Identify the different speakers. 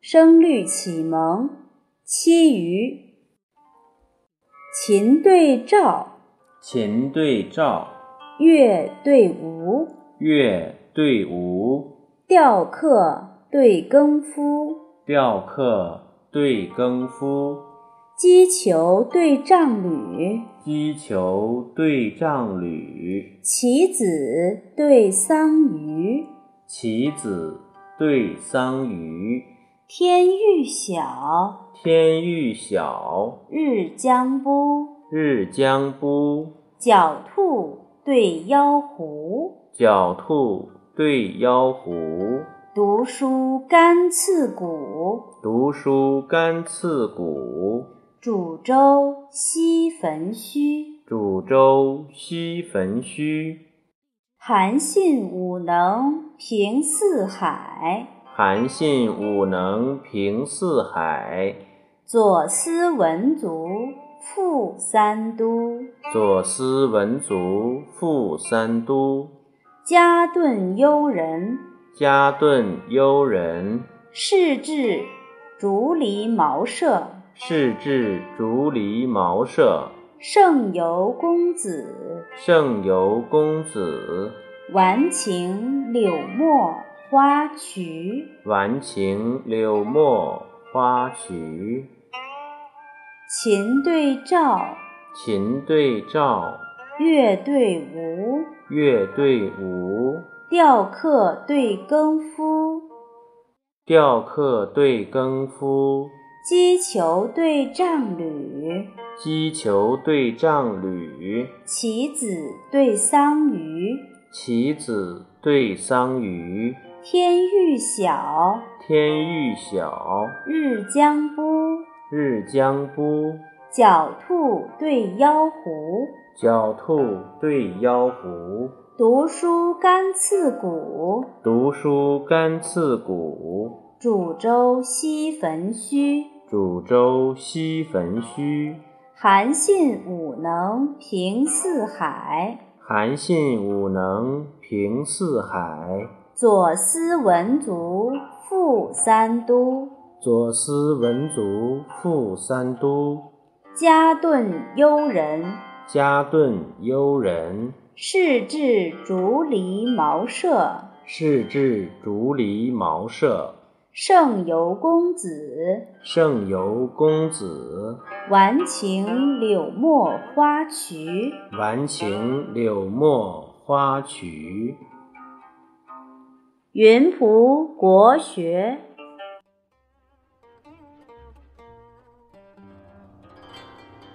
Speaker 1: 声律启蒙七余，琴对照，
Speaker 2: 琴对照，
Speaker 1: 乐对舞，
Speaker 2: 乐对舞，
Speaker 1: 吊客对耕夫，
Speaker 2: 吊客对耕夫，
Speaker 1: 击球对丈履，
Speaker 2: 击球对丈履，
Speaker 1: 棋子对桑榆，
Speaker 2: 棋子对桑榆。
Speaker 1: 天欲晓，
Speaker 2: 天欲晓，
Speaker 1: 日将不。
Speaker 2: 日将不。
Speaker 1: 狡兔对妖狐，
Speaker 2: 狡兔对妖狐，
Speaker 1: 读书甘刺骨。
Speaker 2: 读书甘刺骨。
Speaker 1: 煮粥惜焚须，
Speaker 2: 煮粥惜焚须，
Speaker 1: 韩信武能平四海。
Speaker 2: 韩信武能平四海。
Speaker 1: 左思文族复三都，
Speaker 2: 左思文卒，赴三都。
Speaker 1: 家遁幽人，
Speaker 2: 家遁幽人，
Speaker 1: 仕至竹篱茅舍，
Speaker 2: 仕至竹篱茅舍。
Speaker 1: 胜游公子，
Speaker 2: 胜游公子，
Speaker 1: 玩情柳墨花渠。
Speaker 2: 玩情柳墨花渠。
Speaker 1: 琴对照，
Speaker 2: 琴对照，
Speaker 1: 乐对舞，
Speaker 2: 乐对舞，
Speaker 1: 吊客对耕夫，
Speaker 2: 吊客对耕夫，
Speaker 1: 击球对丈履，
Speaker 2: 击球对丈履，
Speaker 1: 棋子对桑榆。
Speaker 2: 棋子对桑榆。
Speaker 1: 天欲晓，
Speaker 2: 天欲晓，
Speaker 1: 日将不。
Speaker 2: 日将不。
Speaker 1: 狡兔对妖狐，
Speaker 2: 狡兔对妖狐，
Speaker 1: 读书甘刺骨。
Speaker 2: 读书甘刺骨。
Speaker 1: 煮粥惜焚须，
Speaker 2: 煮粥惜焚须。
Speaker 1: 韩信武能平四海。
Speaker 2: 韩信武能平四海。
Speaker 1: 左思文卒，赴三都。
Speaker 2: 左思文卒，赴三都。
Speaker 1: 家遁幽人，
Speaker 2: 家遁幽人，
Speaker 1: 仕至竹篱茅舍。
Speaker 2: 仕至竹篱茅舍。
Speaker 1: 胜游公子，
Speaker 2: 胜游公子，
Speaker 1: 玩情柳墨花渠。
Speaker 2: 玩情柳墨花渠。
Speaker 1: 云仆国学。